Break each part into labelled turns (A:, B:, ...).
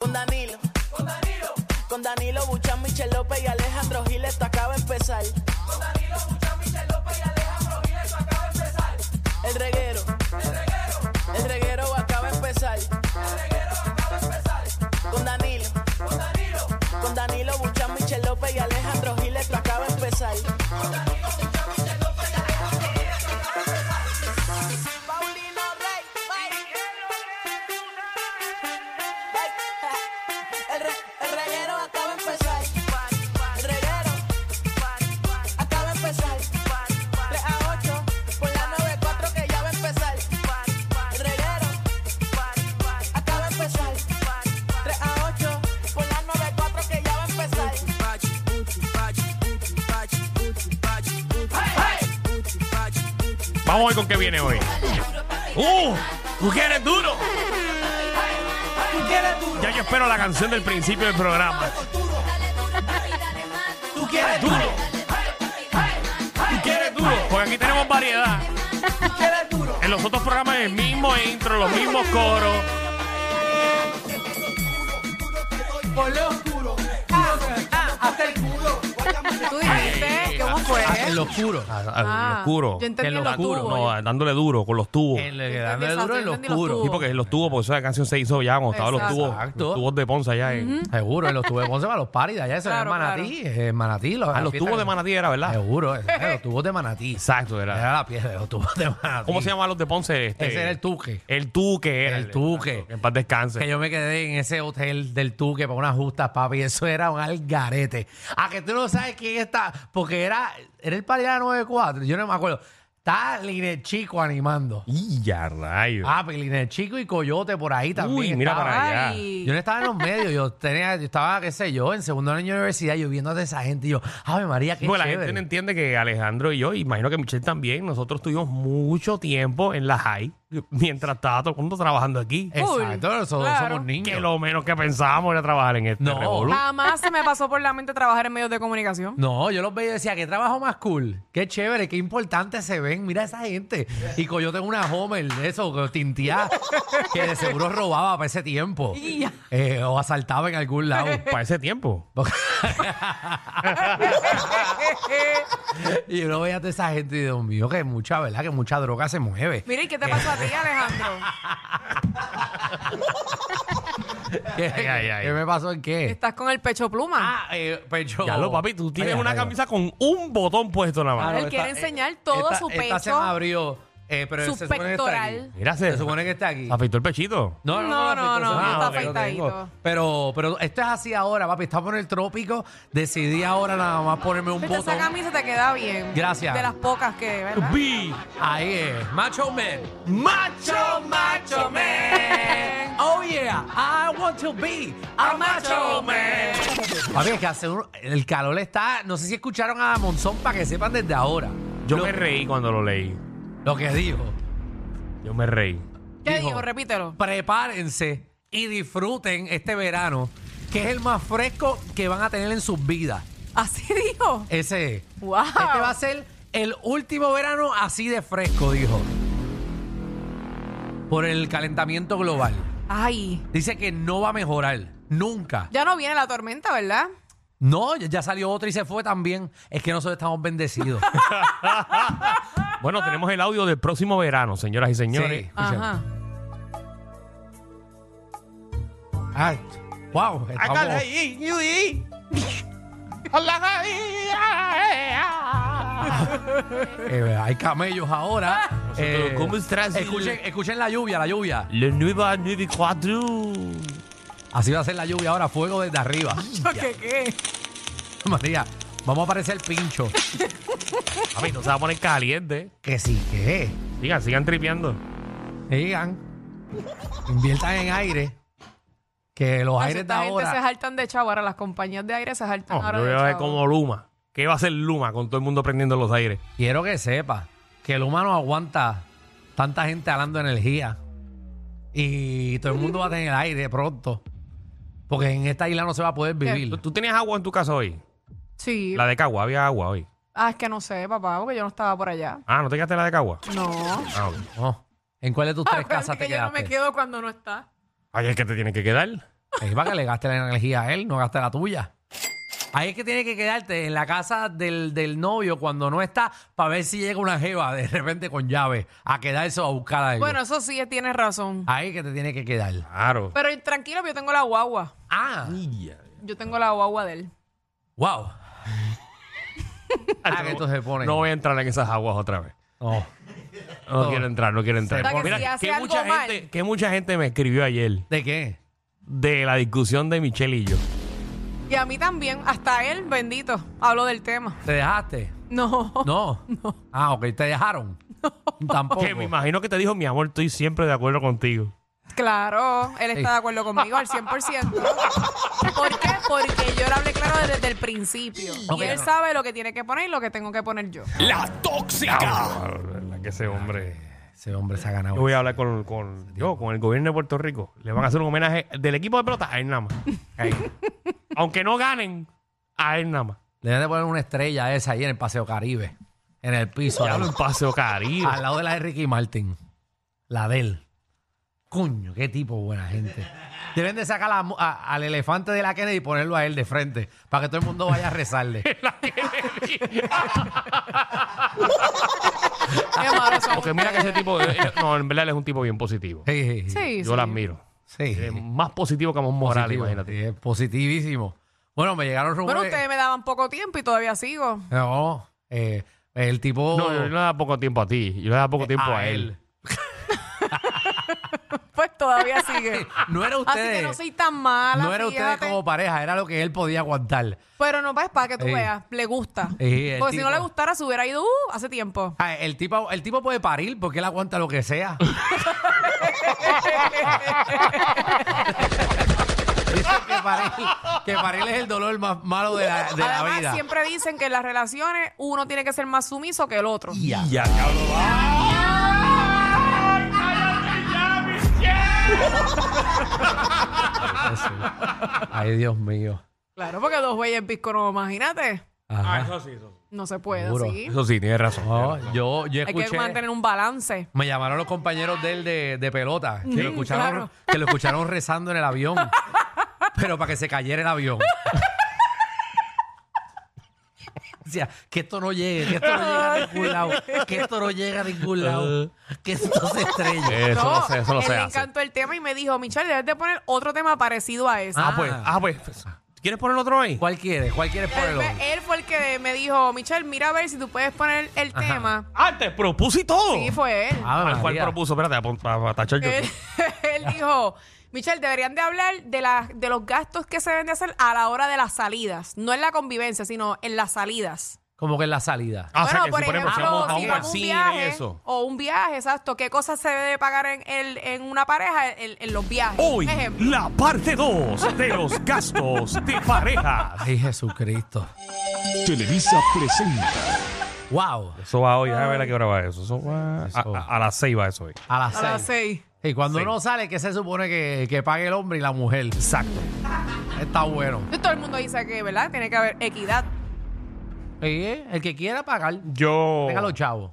A: con Danilo.
B: Con Danilo.
A: Con Danilo Buchan, Michel López y Alejandro Gil, esto acaba de empezar.
B: Con Danilo Buchan, Michel López y Alejandro Gil, esto acaba de empezar.
A: El reguero.
B: El reguero.
A: El reguero acaba de empezar.
B: El reguero acaba de empezar.
A: Con Danilo.
B: Con Danilo.
A: Con Danilo Buchan, Michel López y Alejandro Gil, esto acaba de empezar. Paulino Rey, bye. El, re, el reguero acaba de empezar. El reguero acaba de empezar. 3 a 8, por la 9-4 que ya va a empezar. El reguero acaba de empezar. 3 a 8, por la 9-4 que ya va a empezar.
C: Vamos a ver con qué viene hoy. ¡Uh! ¡Tú quieres duro!
B: Tú quieres duro.
C: Ya yo espero la canción del principio del programa.
B: Tú quieres
C: Duro.
B: duro.
C: ¡Tú quieres duro! Porque aquí tenemos variedad.
B: Tú quieres duro.
C: En los otros programas es el mismo intro, los mismos coros.
B: Ponle oscuro. Ah, ah, hasta el culo.
D: ¿Tú dijiste? ¿Cómo fue?
E: Ah, en lo oscuro.
C: A- a-
D: Ah,
C: los curos.
D: Yo entendí
E: En
D: en
E: lo
D: los
E: oscuro,
D: tubos.
C: No, a- dándole duro con los tubos.
E: En lo
D: Yo
E: que
D: entendí
E: darle
D: esa,
E: duro en
D: yo
E: lo
D: entendí los
E: oscuro.
D: tubos.
C: Sí, porque en los tubos, porque esa canción se hizo ya cuando estaban los
D: Exacto.
C: tubos,
E: Exacto.
C: los tubos de Ponce allá en,
E: Seguro, en los tubos de Ponce para los paris de allá, eso
D: Claro,
E: es Manatí, eh, Manatí. Los,
C: Ah, los
E: la
C: tubos de
E: fiesta-
C: Manatí era, ¿verdad?
E: Seguro, eh, los tubos de Manatí.
C: Exacto, era.
E: Era la pieza de los tubos de Manatí.
C: ¿Cómo se llaman los de Ponce? Este,
E: Ese era el tuque.
C: El tuque era.
E: El tuque.
C: En paz descanse.
E: Que yo me quedé en ese hotel del Tuque para unas justas, papi. Eso era un algarete. A que tú no sabes quién está. Porque era, era el party de la 94. Yo no me acuerdo. Está Liner Chico animando.
C: Y ya rayos.
E: Papi, Liner Chico y Coyote por ahí Ah, también.
C: Uy, mira
E: estaba.
C: para allá.
D: Ay.
E: Yo no estaba en los medios, yo tenía, yo estaba, qué sé yo, en segundo año de universidad, yo viendo a toda esa gente y yo, ave María, qué
C: Porque la
E: chévere.
C: gente no entiende que Alejandro y yo, imagino que Michelle también, nosotros tuvimos mucho tiempo en la high mientras estaba todo el mundo trabajando aquí.
E: Exacto,
D: Cool,
E: nosotros
D: claro.
E: somos niños.
C: Que lo menos que pensábamos era trabajar en este
E: No.
C: revolú.
D: Jamás se me pasó por la mente trabajar en medios de comunicación.
E: No, yo los veía y decía, qué trabajo más cool, qué chévere, qué importante se ven, mira esa gente. Y Coyote es una Homer, eso, que tintiá, que de seguro robaba para ese tiempo.
D: Y ya.
E: Eh, o asaltaba en algún lado.
C: Para ese tiempo.
E: Y yo lo veía a toda esa gente y Dios mío, que mucha, ¿verdad? Que mucha droga se mueve.
D: Mira, ¿y qué te pasó a ti, Alejandro?
E: ¿Qué,
C: Ay, ay, ay.
E: qué me pasó en qué?
D: Estás con el pecho pluma.
E: Eh. Ah, eh, pecho.
C: Ya lo, papi, tú tienes
E: Ay,
C: una
E: ay, ay.
C: camisa con un botón puesto nada más.
D: Claro. Él quiere enseñar todo
E: e- esta-
D: su
E: esta
D: pecho,
E: se me abrió, eh, pero
D: su
E: se supone que está
D: pectoral.
E: aquí.
C: Mira, se,
E: Se supone que está aquí.
C: se afeitó el pechito.
D: No, no, no,
E: afeitó,
D: no,
E: se me
C: está
E: abrió, lo tengo.
D: afeitadito.
E: Pero, pero esto es así ahora, papi. Estamos en el trópico. Decidí ahora nada más ponerme un
D: Viste, esa
E: botón.
D: camisa te queda bien.
E: Gracias.
D: De las pocas que, ¿verdad?
C: B.
E: Ahí es. Macho Man.
C: Macho,
E: Macho Man. Oh yeah. I want to be a macho man. Papi, es que hace un- el calor está. No sé si escucharon a Monzón para que sepan desde ahora.
C: Yo
E: lo,
C: me reí cuando lo leí.
E: lo que dijo.
C: Yo me reí.
D: ¿Qué
E: Dijo,
D: digo? Repítelo.
E: prepárense y disfruten este verano, que es el más fresco que van a tener en sus vidas.
D: Así dijo.
E: Ese es.
D: Wow.
E: Este va a ser el último verano así de fresco, dijo. Por el calentamiento global.
D: Ay.
E: Dice que no va a mejorar. Nunca.
D: Ya no viene la tormenta, ¿verdad?
E: No, ya salió otro y se fue también. Es que nosotros estamos bendecidos.
C: Bueno, tenemos el audio del próximo verano, señoras y señores.
E: Sí,
D: Ajá.
E: Ay, wow. estamos- Eh, hay camellos ahora. Eh,
C: ¿cómo estás?
E: Escuchen, escuchen la lluvia, la lluvia.
C: Le nueva 94.
E: Así va a ser la lluvia ahora, fuego desde arriba.
D: ¿Qué qué?
E: María, vamos a aparecer pincho.
C: A mí no se va a poner caliente.
E: que sí, que
C: Sigan, sigan tripeando.
E: digan, inviertan en aire, que los
D: Ay, si
E: aires de
D: esta gente se
E: ahora.
D: saltan de chavo. Ahora las compañías de aire se saltan
C: No,
D: ahora
C: yo
D: de
C: voy a ver
D: chavo.
C: como Luma. ¿Qué va a hacer Luma con todo el mundo prendiendo los aires?
E: Quiero que sepa que el humano aguanta tanta gente hablando de energía y todo el mundo va a tener aire pronto, porque en esta isla no se va a poder
C: ¿Tú,
E: vivir.
C: tú tenías agua en tu casa hoy?
D: Sí.
C: La de Cagua, había agua hoy.
D: Ah, es que no sé, papá, porque yo no estaba por allá.
C: Ah, ¿no te quedaste en la de Cagua?
D: No.
C: Ah, ok.
E: No. ¿En cuál de tus tres
D: Acuérdate
E: casas te
D: Ah, que yo no me
E: quedaste?
D: quedo cuando no está.
C: Ay, es que te tiene que quedar.
E: Es para que le gaste la energía a él, no gaste la tuya. Ahí es que tiene que quedarte en la casa del, del novio cuando no está para ver si llega una jeva de repente con llave a quedarse o a buscar algo.
D: Bueno, eso sí, tienes razón.
E: Ahí que te tiene que quedar.
C: Claro.
D: Pero tranquilo, yo tengo la guagua.
E: Ah,
D: Yo tengo la guagua de él.
E: wow. Ah, que esto se pone.
C: No voy a entrar en esas aguas otra vez.
E: No.
C: No,
E: No.
C: quiero entrar, no quiero entrar.
D: ¿Verdad que si hace algo
C: mucha
D: mal?
C: gente, que mucha gente me escribió ayer
E: ¿De qué?
C: de la discusión de Michelle y yo.
D: Y a mí también, hasta él, bendito, hablo del tema.
E: ¿Te dejaste?
D: No.
E: No. Ah, ok, te dejaron. Tampoco.
C: Que me imagino que te dijo, mi amor, estoy siempre de acuerdo contigo.
D: Claro, él está de acuerdo conmigo al 100%. ¿Por qué? Porque yo le hablé claro desde el principio.
E: Ok.
D: Y él sabe lo que tiene que poner y lo que tengo que poner yo.
C: Ah, verdad que ese hombre.
E: Ese hombre se ha ganado.
C: Yo voy a hablar con, con, yo, con el gobierno de Puerto Rico. Le van a hacer un homenaje del equipo de pelota a él nada más.
E: Ahí.
C: Aunque no ganen, a él nada más.
E: Le deben de poner una estrella a esa ahí en el Paseo Caribe. En el piso.
C: Ya
E: al,
C: lo en paseo Caribe.
E: al lado de la de Ricky Martin. La de él. Coño, qué tipo buena gente. Deben de sacar a- a- al elefante de la Kennedy y ponerlo a él de frente. Para que todo el mundo vaya a rezarle.
D: Qué malos son
E: pues,
C: Porque mira que ese
D: ustedes.
C: tipo, eh, no, en verdad él es un tipo bien positivo.
E: Sí, sí, sí.
D: Sí,
C: Yo
D: sí.
C: lo admiro.
E: Sí.
C: Eh, Más positivo que Amón Morales,
E: Positivo.
C: imagínate.
E: Sí, es positivísimo. Bueno, me llegaron rumores.
D: Bueno, ustedes me daban poco tiempo y todavía sigo.
E: No, eh, el tipo.
C: No, yo no le daba poco tiempo a ti, yo le daba poco tiempo Eh, a, él.
D: Pues todavía sigue.
E: No era
D: Así
E: ustedes.
D: que no soy tan mala.
E: no era ustedes
D: fíjate.
E: como pareja, era lo que él podía aguantar.
D: Pero no, pues para que tú
E: Ey.
D: veas, le gusta.
E: Ey, el
D: Porque si no
E: tipo-
D: le gustara, se hubiera ido uh, hace tiempo.
E: Ah, El tipo, el tipo puede parir porque él aguanta lo que sea. Dice que parir, que parir es el dolor más malo de la, de la
D: Además,
E: vida.
D: siempre dicen que en las relaciones uno tiene que ser más sumiso que el otro.
E: Ya. Eso. Ay, Dios mío.
D: Claro, porque dos güeyes en pisco, no, imagínate.
E: Ajá.
D: No se puede
E: Seguro.
D: así.
C: Eso sí, tienes razón.
E: No, yo, yo
D: Hay que
E: escuché.
D: mantener un balance.
E: Me llamaron los compañeros de él de, de pelota, que, lo
D: Mm,
E: escucharon,
D: claro.
E: que lo escucharon rezando en el avión, pero para que se cayera el avión. O sea, que esto no llegue, que esto no llegue a ningún lado, que esto no llegue a ningún lado, que esto se estrelle.
C: Eso
D: no,
C: no sé, eso no
D: él
C: se
D: le
C: hace.
D: encantó el tema y me dijo, Michelle, debes de poner otro tema parecido a ese.
C: Ah, pues, ah, pues. ¿Quieres poner otro ahí?
E: ¿Cuál quieres? ¿Cuál quieres
D: él,
E: ponerlo?
D: fue- él fue el que me dijo, Michelle, mira a ver si tú puedes poner el tema.
C: Ah, te propuse y todo. Eh,
D: Sí, fue él.
E: Ah,
C: Al cual
E: María.
C: propuso, espérate, a pon- a, a tachar yo.
D: él, él dijo, Michelle, deberían de hablar de, las de los gastos que se deben de hacer a la hora de las salidas. No en la convivencia, sino en las salidas.
E: Como que es la salida.
C: Ah, o sea
D: Bueno,
C: que si, por ejemplo, si
E: ejemplo,
C: vamos a
E: si
C: un
E: vamos
D: a
C: cine y eso.
D: o un viaje, exacto, qué cosas se debe de pagar en, el- en una pareja en, en los viajes.
C: Hoy,
D: Ejemplo.
C: la parte 2 de los gastos de parejas.
E: Ay, Jesucristo.
F: Televisa presenta.
E: Wow.
C: Eso va hoy, déjame ver a qué hora va eso. Eso va a, a- a las 6 va eso hoy.
E: A las
D: A
E: seis.
D: las seis.
E: Y cuando
C: Sí.
E: uno sale, ¿qué se supone que, que pague el hombre y la mujer?
C: Exacto.
E: Está bueno.
D: Entonces, todo el mundo dice que, ¿verdad? Tiene que haber equidad.
E: Sí, eh, el que quiera pagar,
C: Yo,
E: tenga los chavos.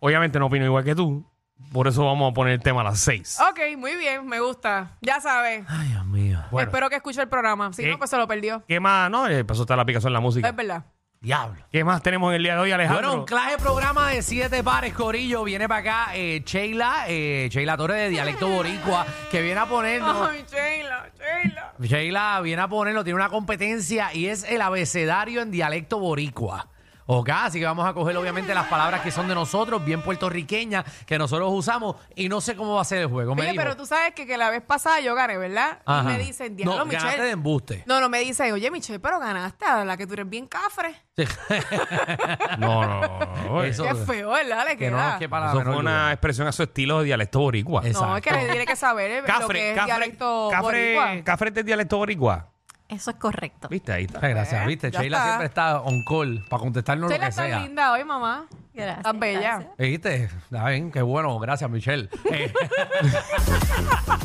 C: obviamente, no opino igual que tú. Por eso vamos a poner el tema a las 6.
D: Ok, muy bien, me gusta. Ya sabes.
E: Ay, Dios mío. Eh,
C: Bueno, Eh.
D: Espero que escuche el programa. Si
C: ¿Qué?
D: no, pues se lo perdió.
C: ¿qué más? No, eh, pasó está la aplicación de la música.
D: Es verdad.
E: Diablo.
C: ¿Qué más tenemos en el día de hoy, Alejandro?
E: Bueno, un clase de programa de siete pares, Corillo. Viene para acá eh, Sheila, eh, Sheila Torres de Dialecto Boricua, que viene a ponernos.
D: Ay, Sheila, Sheila.
E: Sheila viene a ponerlo, tiene una competencia y es el abecedario en dialecto boricua. Ok, así que vamos a coger obviamente las palabras que son de nosotros, bien puertorriqueñas, que nosotros usamos y no sé cómo va a ser el juego. Me
D: Oye,
E: dijo.
D: pero tú sabes que, que la vez pasada yo gané, ¿verdad?
E: Ajá.
D: Y me dicen, diablo,
E: no, ganaste de
D: Michelle.
E: embuste.
D: No, no, me dicen, oye, Michelle, pero ganaste, a la que tú eres bien cafre.
C: No, no, no, no.
E: Eso-
D: Qué feo, ¿verdad? Le
E: que no
D: queda.
E: nos quepa la
C: Eso
E: menor
C: fue una
E: duda.
C: expresión a su estilo de dialecto boricua.
E: Exacto.
D: no, es que le tiene que saber eh, lo que es dialecto
C: cafre,
D: boricua.
C: cafre es de dialecto boricua.
G: Eso es correcto.
C: ¿Viste? Ahí está.
E: Muchas gracias,
D: Eh,
E: viste.
D: ya
E: Sheila
D: está.
E: siempre está on call para contestarnos
D: Sheila
E: lo que
D: está
E: sea.
D: linda hoy, mamá.
G: Gracias.
D: Estás bella.
G: gracias.
E: ¿Viste? Está bien, qué bueno. Gracias, Michelle. Eh.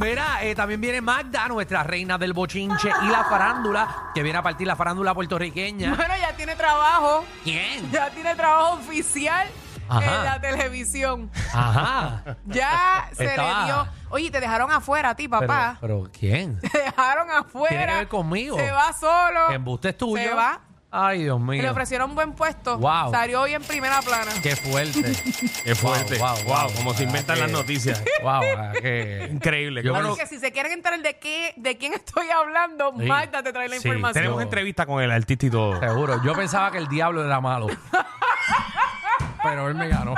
E: Mira, eh, también viene Magda, nuestra reina del bochinche y la farándula, que viene a partir la farándula puertorriqueña.
D: Bueno, ya tiene trabajo.
E: ¿Quién?
D: Ya tiene trabajo oficial.
E: Ajá.
D: en la televisión.
E: Ajá.
D: Ya se
E: Estaba-
D: le dio. Oye, te dejaron afuera a ti, papá.
E: Pero, pero ¿quién?
D: te dejaron afuera.
E: Tiene que ver conmigo.
D: Se va solo.
E: Que embuste es tuyo.
D: Se va.
E: Ay, Dios mío.
D: Le ofrecieron un buen puesto.
E: Wow.
D: Salió hoy en primera plana.
E: Qué fuerte.
C: Es fuerte. Wow,
E: Wow, wow, wow.
C: como se inventan las
E: Ah, que-
C: noticias.
E: wow, ah, que-
C: Increíble.
E: Yo
C: Claro,
E: creo
D: Así que si se quieren enterar de qué, de quién estoy hablando,
E: Sí.
D: Magda te trae la
E: Sí,
D: información.
C: tenemos
E: yo-
C: entrevista con el artista y todo.
E: Seguro. Yo pensaba que el diablo era malo. Pero él me ganó.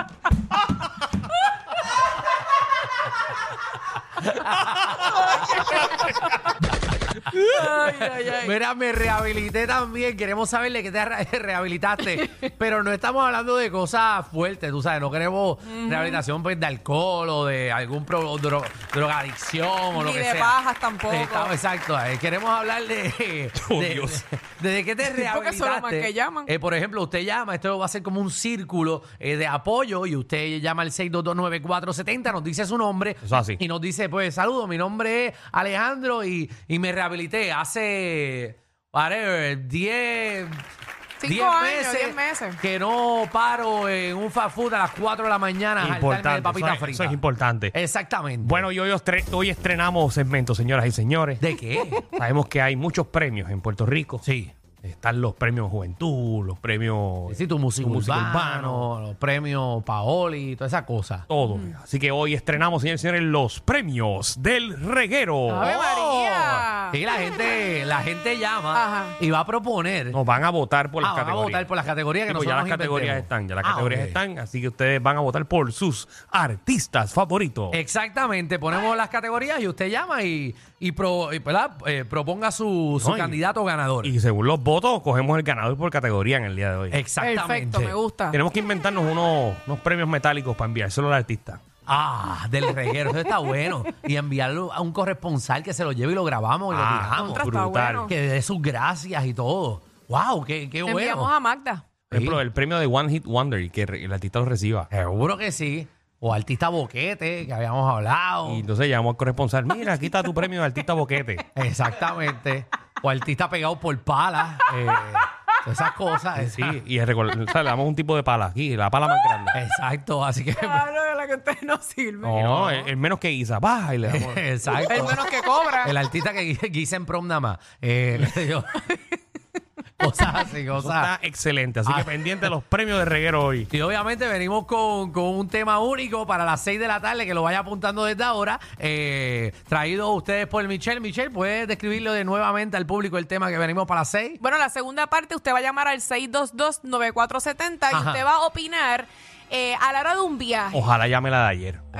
D: Ay, ay, ay.
E: Mira, me rehabilité también. Queremos saber de qué te re- rehabilitaste. Pero no estamos hablando de cosas fuertes, tú sabes. No queremos rehabilitación pues, de alcohol o de algún pro- dro- drogadicción o lo
D: Ni
E: que
D: de
E: sea.
D: bajas tampoco.
E: Eh, está- exacto. eh, queremos hablar de.
C: Oh,
E: de,
C: Dios.
E: de- de qué te
D: Sí, porque
E: rehabilitaste.
D: son los más que llaman.
E: Eh, por ejemplo, usted llama, esto va a ser como un círculo eh, de apoyo y usted llama al 6229470, nos dice su nombre
C: Eso así.
E: y nos dice, pues, saludo, mi nombre es Alejandro y, y me rehabilité hace, whatever, 10...
D: Cinco
E: 10
D: años, 10 meses.
E: Que no paro en un fast food a las 4 de la mañana. a jaltarme de
C: Importante.
E: papita
C: eso, es,
E: frita. Eh.
C: eso es importante.
E: Exactamente.
C: Bueno, y hoy, os tre- hoy estrenamos segmento, señoras y señores.
E: ¿de qué?
C: Sabemos que hay muchos premios en Puerto Rico.
E: sí.
C: Están los premios Juventud, los premios.
E: Sí, tu música,
C: Tu música
E: urbano, los premios Paoli, toda esa cosa.
C: Todo. Así que hoy estrenamos, señores y señores, los premios del reguero.
D: ¡Ave María!
E: Oh. Sí, la gente, la gente llama
D: Ajá.
E: y va a proponer.
C: Nos van a votar por las
E: Ah, van a
C: categorías.
E: votar por las categorías que
C: Sí, pues ya las
E: nosotros nos
C: categorías
E: inventemos.
C: están, ya las
E: Ah,
C: categorías
E: ok.
C: están, así que ustedes van a votar por sus artistas favoritos.
E: Exactamente, ponemos las categorías y usted llama y, y pro- y, ¿verdad? Eh, proponga su, su
C: No, y-
E: candidato ganador.
C: Y según los votos, cogemos el ganador por categoría en el día de hoy.
E: Exactamente.
D: Perfecto, me gusta.
C: Tenemos que inventarnos unos, unos premios metálicos para enviárselo al artista.
E: Ah, del reguero, eso está bueno. Y enviarlo a un corresponsal que se lo lleve y lo grabamos y
C: Ah,
E: lo
D: contra,
E: tiramos.
D: está
C: brutal.
D: bueno.
E: Que dé sus gracias y todo. ¡Wow! ¡Qué, qué bueno!
D: Enviamos a Magda.
C: Por ejemplo, el premio de One Hit Wonder y que re- el artista lo reciba.
E: Seguro que sí. O artista boquete, que habíamos hablado.
C: Y entonces llamamos al corresponsal, mira, aquí está tu premio de artista boquete.
E: Exactamente. o artista pegado por palas. eh, esas cosas. eh,
C: Sí,
E: esas-
C: y recol- o sea, le damos un tipo de pala aquí, la pala más grande.
E: Exacto. Así que.
D: Claro, de la que usted no sirve.
C: No, no, el, el menos que Isa, baja y le damos.
E: Exacto.
D: El menos que cobra.
E: El artista que guisa en prom nada más. Eh, qué sé yo. cosas así,
C: Eso
E: cosas.
C: está excelente, así
E: Ah.
C: que pendiente de los premios de reguero hoy.
E: Y obviamente venimos con, con un tema único para las 6 de la tarde, que lo vaya apuntando desde ahora, eh, traído a ustedes por Michelle. Michelle, ¿puedes describirlo de nuevamente al público el tema que venimos para las 6?
D: Bueno, la segunda parte usted va a llamar al 622-9470 y
E: Ajá.
D: usted va a opinar eh, a la hora de un viaje.
C: Ojalá llame la de ayer. Oh,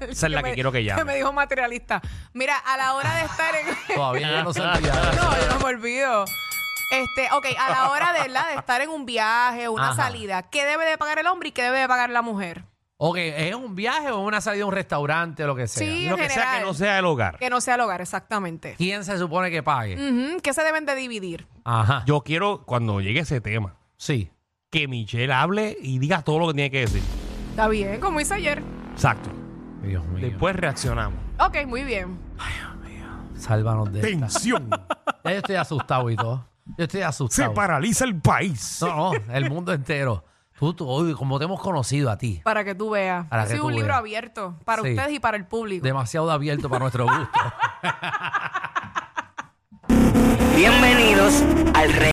C: Esa es la que
D: me-
C: quiero que llame.
D: me dijo materialista. Mira, a la hora de estar en...
E: Todavía yo no se olvida.
D: no, yo no me olvido. Este, ok, a la hora de, la, de estar en un viaje, una
E: Ajá.
D: salida, ¿qué debe de pagar el hombre y qué debe de pagar la mujer?
E: Ok, ¿es un viaje o una salida a un restaurante o lo que sea?
D: Sí.
C: Lo
D: en
C: que sea que
D: general.
C: no sea el hogar.
D: Que no sea el hogar, exactamente.
E: ¿Quién se supone que pague?
D: Ujú, ¿Qué se deben de dividir?
E: Ajá.
C: Yo quiero, cuando llegue ese tema,
E: sí.
C: que Michelle hable y diga todo lo que tiene que decir.
D: Está bien, como hice ayer.
C: Exacto.
E: Dios mío.
C: Después reaccionamos.
D: Ok, muy bien.
E: sálvanos de esta.
C: Tensión.
E: Ya yo estoy asustado y todo. Yo estoy
C: Se
E: asustado.
C: paraliza el país.
E: No, no, el mundo entero. Tú, tú, uy, como te hemos conocido a ti.
D: Para que tú veas.
E: Para
D: Ha
E: que
D: sido
E: tú
D: un libro
E: veas.
D: abierto para
E: Sí.
D: ustedes y para el público.
E: Demasiado abierto para nuestro gusto.
G: Bienvenidos al rey.